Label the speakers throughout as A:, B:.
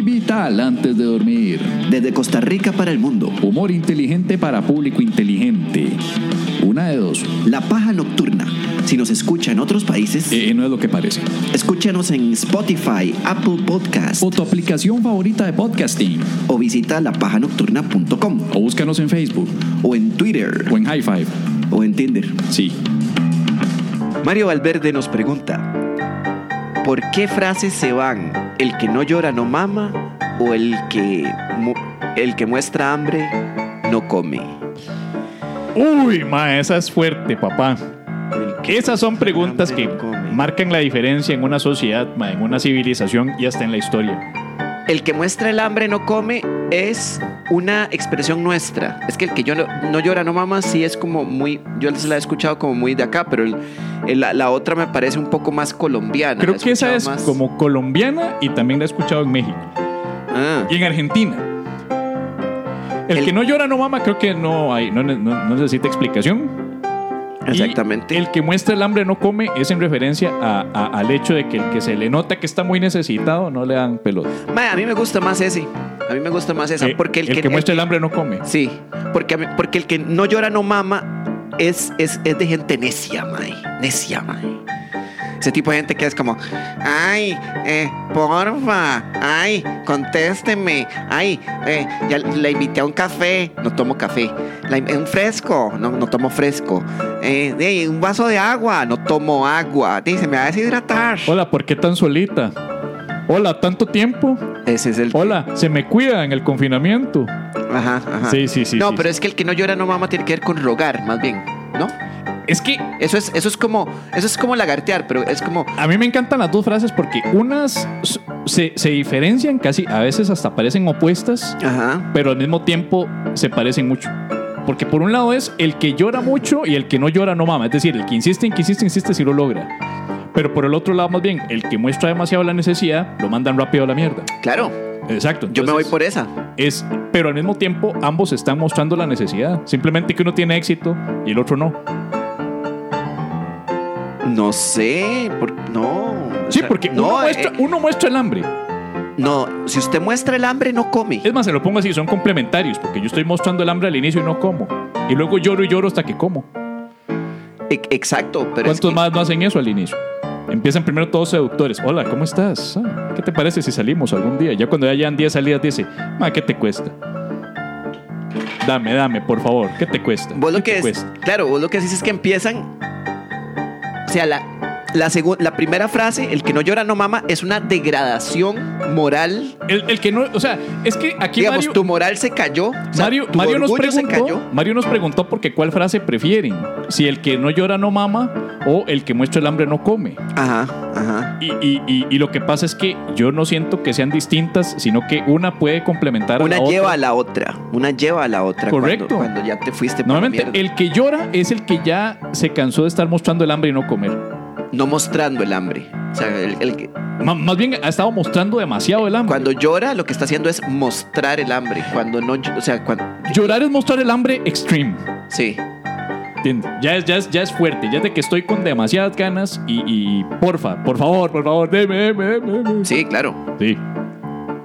A: Vital antes de dormir.
B: desde Costa Rica para el mundo.
A: Humor inteligente para público inteligente. Una de dos.
B: La Paja Nocturna. Si nos escucha en otros países,
A: Eh, no es lo que parece.
B: escúchanos en Spotify, Apple Podcast
A: O tu aplicación favorita de podcasting.
B: o visita lapajanocturna.com
A: O búscanos en Facebook.
B: o en Twitter
A: O en High Five.
B: o en Tinder.
A: Sí.
B: Mario Valverde nos pregunta, ¿por qué frases se van? ¿El que no llora no mama o el que, mu- el que muestra hambre no come?
C: Uy, ma, esa es fuerte, papá.
B: El que
C: Esas son preguntas que
B: hambre no come.
C: marcan la diferencia en una sociedad, ma, en una civilización y hasta en la historia.
B: El que muestra el hambre no come es una expresión nuestra. Es que el que yo no, no llora no mama sí es como muy, yo les la he escuchado como muy de acá, pero el- el- la, la otra me parece un poco más colombiana.
C: Creo
B: la he
C: que esa es
B: escuchado más-
C: como colombiana y también la he escuchado en México
B: Ah.
C: y en Argentina. El,
B: El-
C: que no llora no mama, creo que no hay, no, ne- no- no necesita explicación. Y
B: Exactamente.
C: el que muestra el hambre no come es en referencia a- a- al hecho de que el que se le nota que está muy necesitado no le dan pelota.
B: Ma, a mí me gusta más ese. A mí me gusta más esa.
C: Eh,
B: porque el, que,
C: muestra el hambre no come.
B: Sí, porque, a mí- porque el que no llora no mama es, es, es de gente necia, mae. Necia, mae. Ese tipo de gente que es como, ay, eh, porfa, ay, contésteme, ay, eh, ya la invité a un café, no tomo café, La in- un fresco, no, no tomo fresco, eh, de- un vaso de agua, no tomo agua, dice, me va a deshidratar.
C: Hola, ¿por qué tan solita? Hola, ¿tanto tiempo?
B: Ese es el...
C: Hola, ¿se me cuida en el confinamiento?
B: Ajá, ajá.
C: Sí, sí, sí,
B: No,
C: sí,
B: pero
C: sí.
B: es que el que no llora no mama tiene que ver con rogar, más bien, ¿no?
C: Es que
B: Eso es, eso es como, eso es como lagartear, pero es como
C: a mí me encantan las dos frases porque unas s- se, se diferencian casi, a veces hasta parecen opuestas,
B: Ajá.
C: pero al mismo tiempo se parecen mucho. Porque por un lado es el que llora mucho y el que no llora no mama. Es decir, el que insiste, el que insiste, insiste si lo logra. Pero por el otro lado, más bien, el que muestra demasiado la necesidad, lo mandan rápido a la mierda.
B: Claro,
C: Exacto.
B: yo me voy
C: entonces-
B: por esa.
C: es, pero al mismo tiempo ambos están mostrando la necesidad. Simplemente que uno tiene éxito y el otro no.
B: No sé, por- no. o
C: Sí,
B: sea,
C: porque
B: no,
C: uno, muestra,
B: eh,
C: uno muestra el hambre.
B: no, si usted muestra el hambre no come.
C: Es más, se lo pongo así, son complementarios, porque yo estoy mostrando el hambre al inicio y no como. Y luego lloro y lloro hasta que como.
B: E- Exacto, pero es
C: ¿Cuántos
B: que-
C: más no hacen eso al inicio? Empiezan primero todos seductores. Hola, ¿cómo estás? Ah, ¿Qué te parece si salimos algún día? Ya cuando ya llevan 10 salidas dice, ma, ¿qué te cuesta? Dame, dame, por favor, ¿qué te cuesta?
B: vos lo
C: ¿Qué
B: que
C: te
B: es,
C: cuesta?
B: claro, vos lo que decís es que empiezan o sea, la la, segun- la primera frase, el que no llora no mama, es una degradación moral.
C: El, el que no, o sea, es que aquí
B: Digamos,
C: Mario-
B: tu moral se cayó. o sea,
C: Mario,
B: tu
C: Mario nos
B: orgullo se
C: preguntó,
B: cayó.
C: Mario nos preguntó porque cuál frase prefieren, si el que no llora no mama o el que muestra el hambre no come.
B: Ajá, ajá.
C: Y, y- y- y lo que pasa es que yo no siento que sean distintas, sino que una puede complementar
B: Una
C: a la
B: lleva
C: otra.
B: a la otra. Una lleva a la otra.
C: Correcto.
B: Cuando, cuando ya te fuiste por
C: Normalmente
B: mierda.
C: el que llora es el que ya se cansó de estar mostrando el hambre y no comer.
B: No mostrando el hambre. O sea, el- el que-
C: Ma- más bien ha estado mostrando demasiado el hambre.
B: cuando llora, lo que está haciendo es mostrar el hambre. Cuando no. ll- O sea, cuando.
C: Llorar es mostrar el hambre extreme.
B: Sí.
C: ¿entiendes? Ya es, ya, es, ya es fuerte, ya es de que estoy con demasiadas ganas y, y porfa, por favor, por favor, deme, deme, deme, deme.
B: Sí, claro.
C: Sí.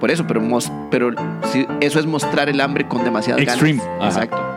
B: Por eso, pero, mos- pero sí, eso es mostrar el hambre con demasiadas
C: Extreme,
B: ganas.
C: ajá.
B: Exacto.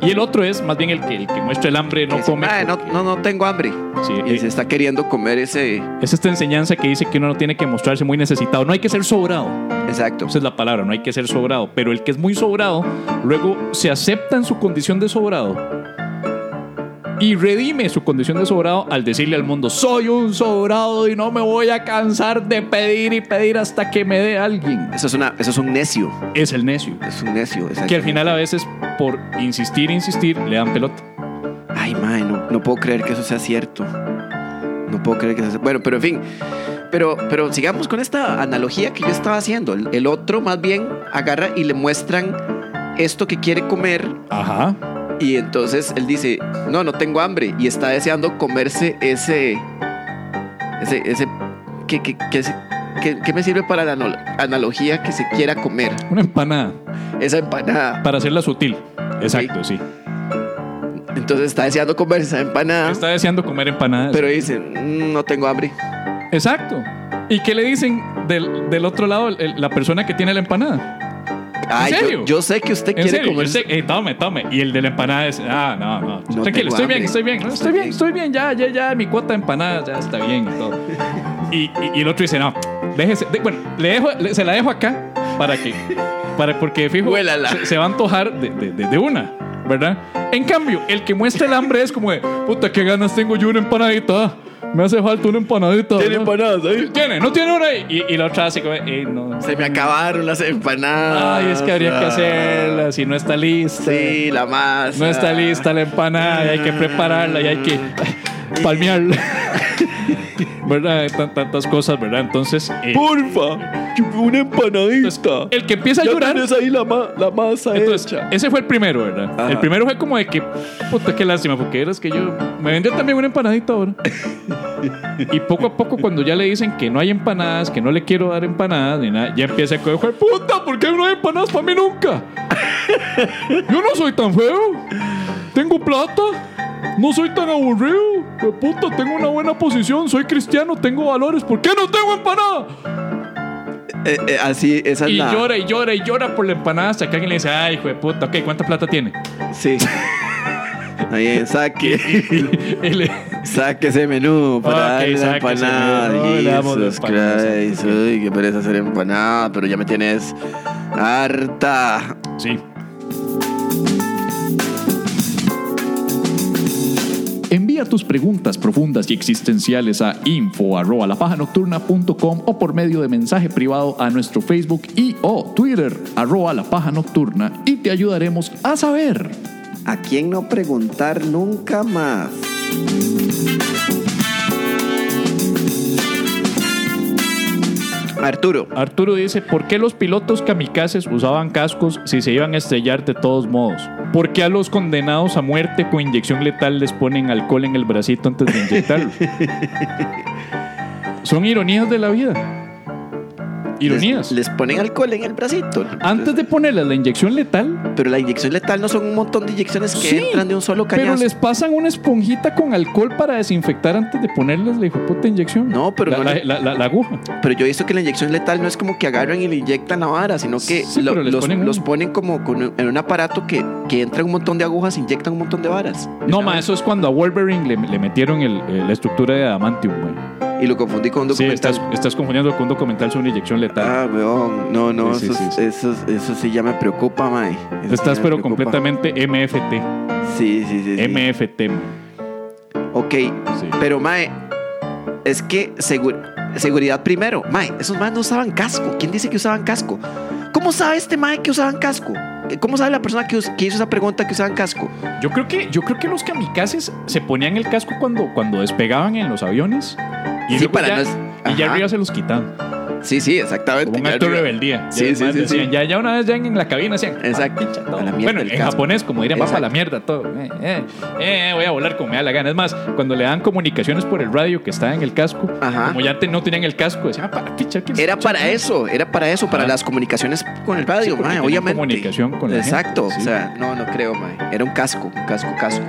C: Y el otro es más bien el que, el que muestra el hambre
B: Que
C: no
B: dice,
C: come.
B: "Mae, Ah, no,
C: porque-
B: no, no tengo hambre.
C: Sí,
B: Y
C: eh,
B: se está queriendo comer ese.
C: es esta enseñanza que dice que uno no tiene que mostrarse muy necesitado. No hay que ser sobrado.
B: Exacto.
C: Esa es la palabra, no hay que ser sobrado. Pero el que es muy sobrado, luego se acepta en su condición de sobrado y redime su condición de sobrado al decirle al mundo, soy un sobrado y no me voy a cansar de pedir y pedir hasta que me dé alguien.
B: Eso es, una, eso es un necio.
C: Es el necio.
B: Es un necio. exacto.
C: Que al final a veces por insistir, insistir, le dan pelota.
B: Ay, mae, no, no puedo creer que eso sea cierto. No puedo creer que eso sea Bueno, pero en fin. Pero, pero sigamos con esta analogía que yo estaba haciendo. El, el otro más bien agarra y le muestran esto que quiere comer
C: Ajá.
B: y entonces él dice, no, no tengo hambre y está deseando comerse ese... Ese... ese ¿Qué que, que, que- que me sirve para la anal- analogía que se quiera comer?
C: Una empanada
B: Esa empanada.
C: para hacerla sutil. Exacto, sí.
B: Entonces está deseando comerse esa empanada,
C: Está deseando comer empanadas.
B: pero dice, "Mm, no tengo hambre.
C: Exacto. ¿Y qué le dicen del, del otro lado el- el- la persona que tiene la empanada?
B: Ay, yo-
C: serio?
B: Yo, sé que usted
C: En
B: quiere
C: serio,
B: comer.
C: yo sé- eh, tome, tome. Y el de la empanada es, ah, no, no.
B: No
C: Tranquilo,
B: tengo
C: estoy bien,
B: hambre.
C: estoy bien, no, estoy bien, estoy bien, ya, ya, ya, mi cuota de empanadas, ya está bien y todo. Y, y- y el otro dice, no, déjese, de- bueno, le dejo, le- se la dejo acá para que, para, porque fijo,
B: Huélala.
C: se, se va a antojar de, de- de- de una, ¿verdad? En cambio, el que muestra el hambre es como de, puta, qué ganas tengo yo de una empanadita. Me hace falta una empanadita.
B: Tiene
C: ¿verdad?"
B: empanadas ahí.
C: Tiene, no tiene una. Y, y la otra hace como, eh, no.
B: Se me acabaron las empanadas.
C: Ay, es que habría que
B: Ah.
C: hacerla si no está lista.
B: Sí, la masa.
C: No está lista la empanada, y hay que prepararla y hay que eh, palmearla. ¿Verdad? Tan- tantas cosas, ¿verdad? Entonces, eh,
B: Porfa, una empanadita.
C: el que empieza a
B: Ya
C: llorar.
B: tenés ahí la, ma- la masa ¿eh?
C: Entonces,
B: hecha.
C: ese fue el primero, ¿verdad?
B: Ajá.
C: El primero fue como de que, puta, qué lástima, porque eres que yo. Me vendió también una empanadita ahora. y poco a poco, cuando ya le dicen que no hay empanadas, que no le quiero dar empanadas ni nada, ya empieza a coger, "Jue puta, ¿por qué no hay empanadas para mí nunca? yo no soy tan feo. Tengo plata. No soy tan aburrido. Jue puta, tengo una buena posición. Soy cristiano, tengo valores. ¿Por qué no tengo empanada?
B: Eh, eh, así, esa es
C: Y
B: la.
C: llora y llora y llora por la empanada hasta que alguien le dice, ay, hijo de puta, ok, ¿cuánta plata tiene?
B: Sí. Ahí es, saque.
C: Y le-
B: saque ese menú para
C: Ok,
B: darle la
C: saque ese
B: empanada.
C: menú. No, le damos la
B: Jesus
C: empanada,
B: Christ. Uy, qué pereza hacer empanada, pero ya me tienes harta.
C: sí.
A: Envía tus preguntas profundas y existenciales a info@lapajanocturna.com o por medio de mensaje privado a nuestro Facebook y o Twitter arroba la paja nocturna y te ayudaremos a saber.
B: ¿A quién no preguntar nunca más? Arturo.
C: Arturo dice, ¿por qué los pilotos kamikazes usaban cascos si se iban a estrellar de todos modos? ¿Por qué a los condenados a muerte con inyección letal les ponen alcohol en el bracito antes de inyectarlo? Son ironías de la vida. Ironías. Ah.
B: Les, les ponen alcohol en el bracito.
C: Antes de ponerles la inyección letal,
B: Pero la inyección letal no son un montón de inyecciones que
C: Sí,
B: entran de un solo
C: Pero
B: cañazo.
C: les pasan una esponjita con alcohol para desinfectar antes de ponerles la hijoputa inyección.
B: No, pero
C: la,
B: no
C: la,
B: le-
C: la- la- la aguja.
B: Pero yo he visto que la inyección letal no es como que agarran y le inyectan la vara, sino que
C: Sí,
B: lo-
C: pero les
B: los,
C: ponen
B: ponen
C: un-
B: los ponen como con un- en un aparato que, que entra un montón de agujas, inyectan un montón de varas.
C: No, ma, eso es cuando a Wolverine le, le metieron el- el- la estructura de adamantium, güey.
B: Y lo confundí con un
C: Sí,
B: documental.
C: estás, estás confundiendo con un documental sobre inyección letal.
B: Ah, weón. No, no,
C: Sí, sí,
B: eso,
C: sí, sí.
B: Eso, eso sí ya me preocupa, mae. Eso sí ya me
C: estás pero
B: preocupa.
C: completamente MFT.
B: Sí, sí, sí. sí.
C: MFT. ma.
B: Ok,
C: Sí.
B: pero mae, es que seguro. Seguridad primero. Mae, esos maes no usaban casco. ¿Quién dice que usaban casco? ¿Cómo sabe este mae que usaban casco? ¿Cómo sabe la persona que, us- que hizo esa pregunta que usaban casco?
C: Yo creo que, yo creo que los kamikazes se ponían el casco cuando, cuando despegaban en los aviones. Y,
B: Sí,
C: luego
B: para
C: ya,
B: no es-
C: y ya
B: Ajá.
C: arriba se los quitaban.
B: Sí, sí, exactamente.
C: Como un
B: Ya
C: acto de
B: arriba.
C: rebeldía.
B: Sí,
C: Ya,
B: sí,
C: man,
B: sí,
C: decían,
B: sí.
C: Ya, ya una vez ya en la cabina hacían. "Ah,
B: Exacto.
C: pincha, todo".
B: A la mierda
C: bueno, en
B: el casco.
C: japonés, como dirían, va para la
B: Exacto.
C: mierda todo. Eh, eh, eh, voy a volar como me da la gana. Es más, cuando le dan comunicaciones por el radio que está en el casco,
B: Ajá.
C: como ya antes no tenían el casco, decían, "Ah, para pincha, ¿quién
B: Era
C: escucha?".
B: para eso, era para eso, para
C: Ajá.
B: las comunicaciones con el
C: Ah. Sí,
B: radio,
C: porque
B: mae,
C: tenía
B: obviamente.
C: comunicación con la
B: Exacto,
C: gente, sí.
B: o sea, no, no creo, mae. Era un casco, un casco, casco.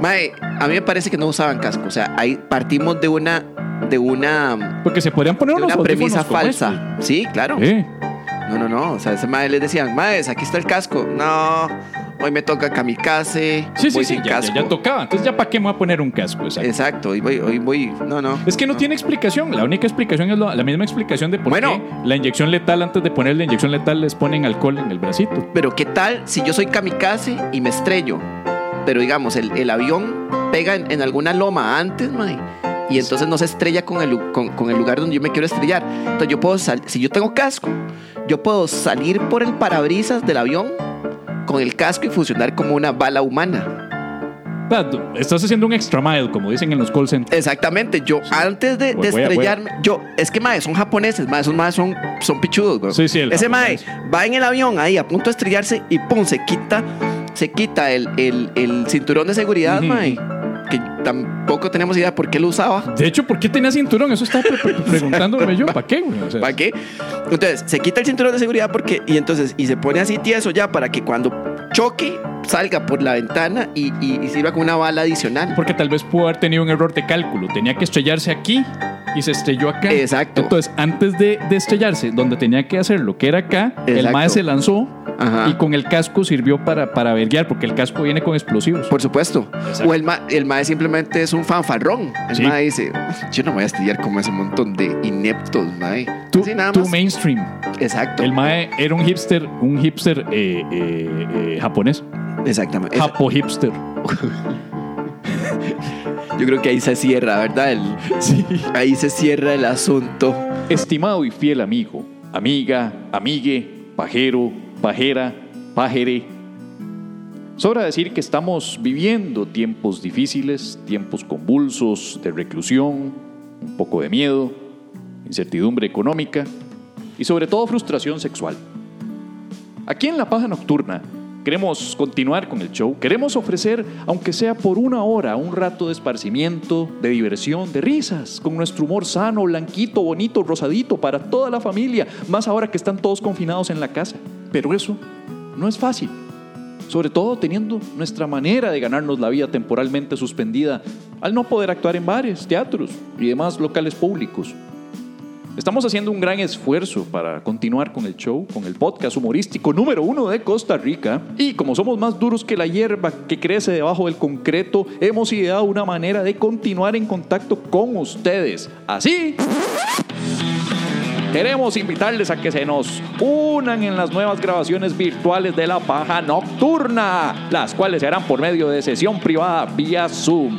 B: Mae, a mí me parece que no usaban casco, o sea, ahí partimos de una de una
C: Porque se podrían poner
B: de
C: unos
B: una premisa
C: audífonos como
B: falsa. Sí, claro.
C: estos. Eh,
B: No, no, no, o sea, ese mae les decían, "Maes, aquí está el casco." No, hoy me toca kamikaze,
C: Sí, sí,
B: voy
C: sí,
B: sin
C: ya, ya-
B: casco.
C: ya tocaba. Entonces, ¿ya para qué me voy a poner un casco? Exacto.
B: Exacto, hoy voy, hoy voy, no, no.
C: Es que no tiene explicación. La única explicación es lo- la misma explicación de por
B: Bueno.
C: qué la inyección letal, antes de poner la inyección letal, les ponen alcohol en el bracito.
B: Pero qué tal si yo soy kamikaze y me estrello, pero digamos, el, el avión pega en, en alguna loma antes, mae, y entonces no se estrella con el, lu- con, con el lugar donde yo me quiero estrellar. Entonces yo puedo, sal- si yo tengo casco, yo puedo salir por el parabrisas del avión con el casco y funcionar como una bala humana.
C: Ah, tú- Estás haciendo un extra mile, como dicen en los call centers.
B: Exactamente, yo antes de, de
C: Voy- voy a- voy a-
B: estrellarme, yo, es que mae, son japoneses, mae, esos mae son, son pichudos, güey.
C: Sí, sí, el
B: Ese mae
C: japonés.
B: va en el avión ahí a punto de estrellarse y pum, se quita, se quita el, el- el cinturón de seguridad,
C: Ujú.
B: mae. Que tampoco tenemos idea por qué lo usaba.
C: De hecho, ¿por qué tenía cinturón? Eso estaba pre- pre- preguntándome yo. ¿Para qué, güey? O sea,
B: ¿Para qué? Entonces, se quita el cinturón de seguridad porque, y entonces, y se pone así tieso ya para que cuando choque salga por la ventana y, y- y sirva como una bala adicional.
C: Porque tal vez pudo haber tenido un error de cálculo. Tenía que estrellarse aquí y se estrelló acá.
B: Exacto.
C: Entonces, antes de, de estrellarse, donde tenía que hacer lo que era acá, el
B: Exacto.
C: mae se lanzó
B: Ajá.
C: y con el casco sirvió para, para verguear, porque el casco viene con explosivos.
B: Por supuesto.
C: Exacto.
B: O el, ma- el mae simplemente es un fanfarrón. El
C: Sí.
B: mae dice, yo no voy a estudiar como ese montón de ineptos, mae.
C: Tú,
B: Así nada
C: tú
B: más.
C: mainstream.
B: Exacto.
C: El mae era un hipster, un hipster eh, eh, eh, japonés.
B: Exactamente. Es-
C: Japo hipster.
B: yo creo que ahí se cierra, ¿verdad? El-
C: Sí.
B: ahí se cierra el asunto.
C: Estimado y fiel amigo, amiga, amigue, pajero, pajera, pajere. Sobra decir que estamos viviendo tiempos difíciles, tiempos convulsos, de reclusión, un poco de miedo, incertidumbre económica y sobre todo frustración sexual. Aquí en La Paja Nocturna queremos continuar con el show, queremos ofrecer, aunque sea por una hora, un rato de esparcimiento, de diversión, de risas, con nuestro humor sano, blanquito, bonito, rosadito, para toda la familia, más ahora que están todos confinados en la casa. Pero eso no es fácil, sobre todo teniendo nuestra manera de ganarnos la vida temporalmente suspendida al no poder actuar en bares, teatros y demás locales públicos. Estamos haciendo un gran esfuerzo para continuar con el show, con el podcast humorístico número uno de Costa Rica. Y como somos más duros que la hierba que crece debajo del concreto, hemos ideado una manera de continuar en contacto con ustedes. Así, queremos invitarles a que se nos unan en las nuevas grabaciones virtuales de La Paja Nocturna, las cuales se harán por medio de sesión privada vía Zoom.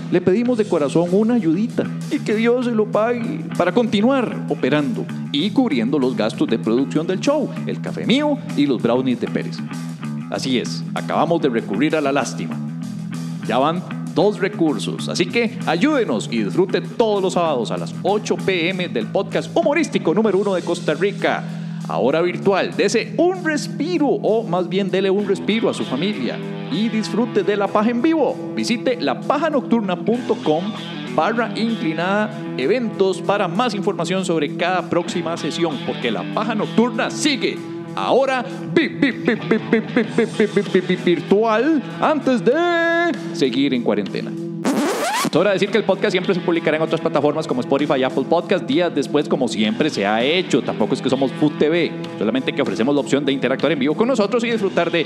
C: le pedimos de corazón una ayudita y que Dios se lo pague para continuar operando y cubriendo los gastos de producción del show, el café mío y los brownies de Pérez. Así es, acabamos de recurrir a la lástima. Ya van dos recursos. Así que ayúdenos y disfrute todos los sábados a las 8 pm del podcast humorístico número uno de Costa Rica. Ahora virtual, dese un respiro o más bien dele un respiro a su familia y disfrute de la paja en vivo. Visite lapajanocturna.com barra inclinada eventos para más información sobre cada próxima sesión porque la paja nocturna sigue. Ahora, vi- vi- vi- vi- vi- vi- vi- vi- vi- vi- vi- virtual antes de seguir en cuarentena. Sobra decir que el podcast siempre se publicará en otras plataformas como Spotify y Apple Podcast días después, como siempre se ha hecho. Tampoco es que somos Food TV, solamente que ofrecemos la opción de interactuar en vivo con nosotros y disfrutar de.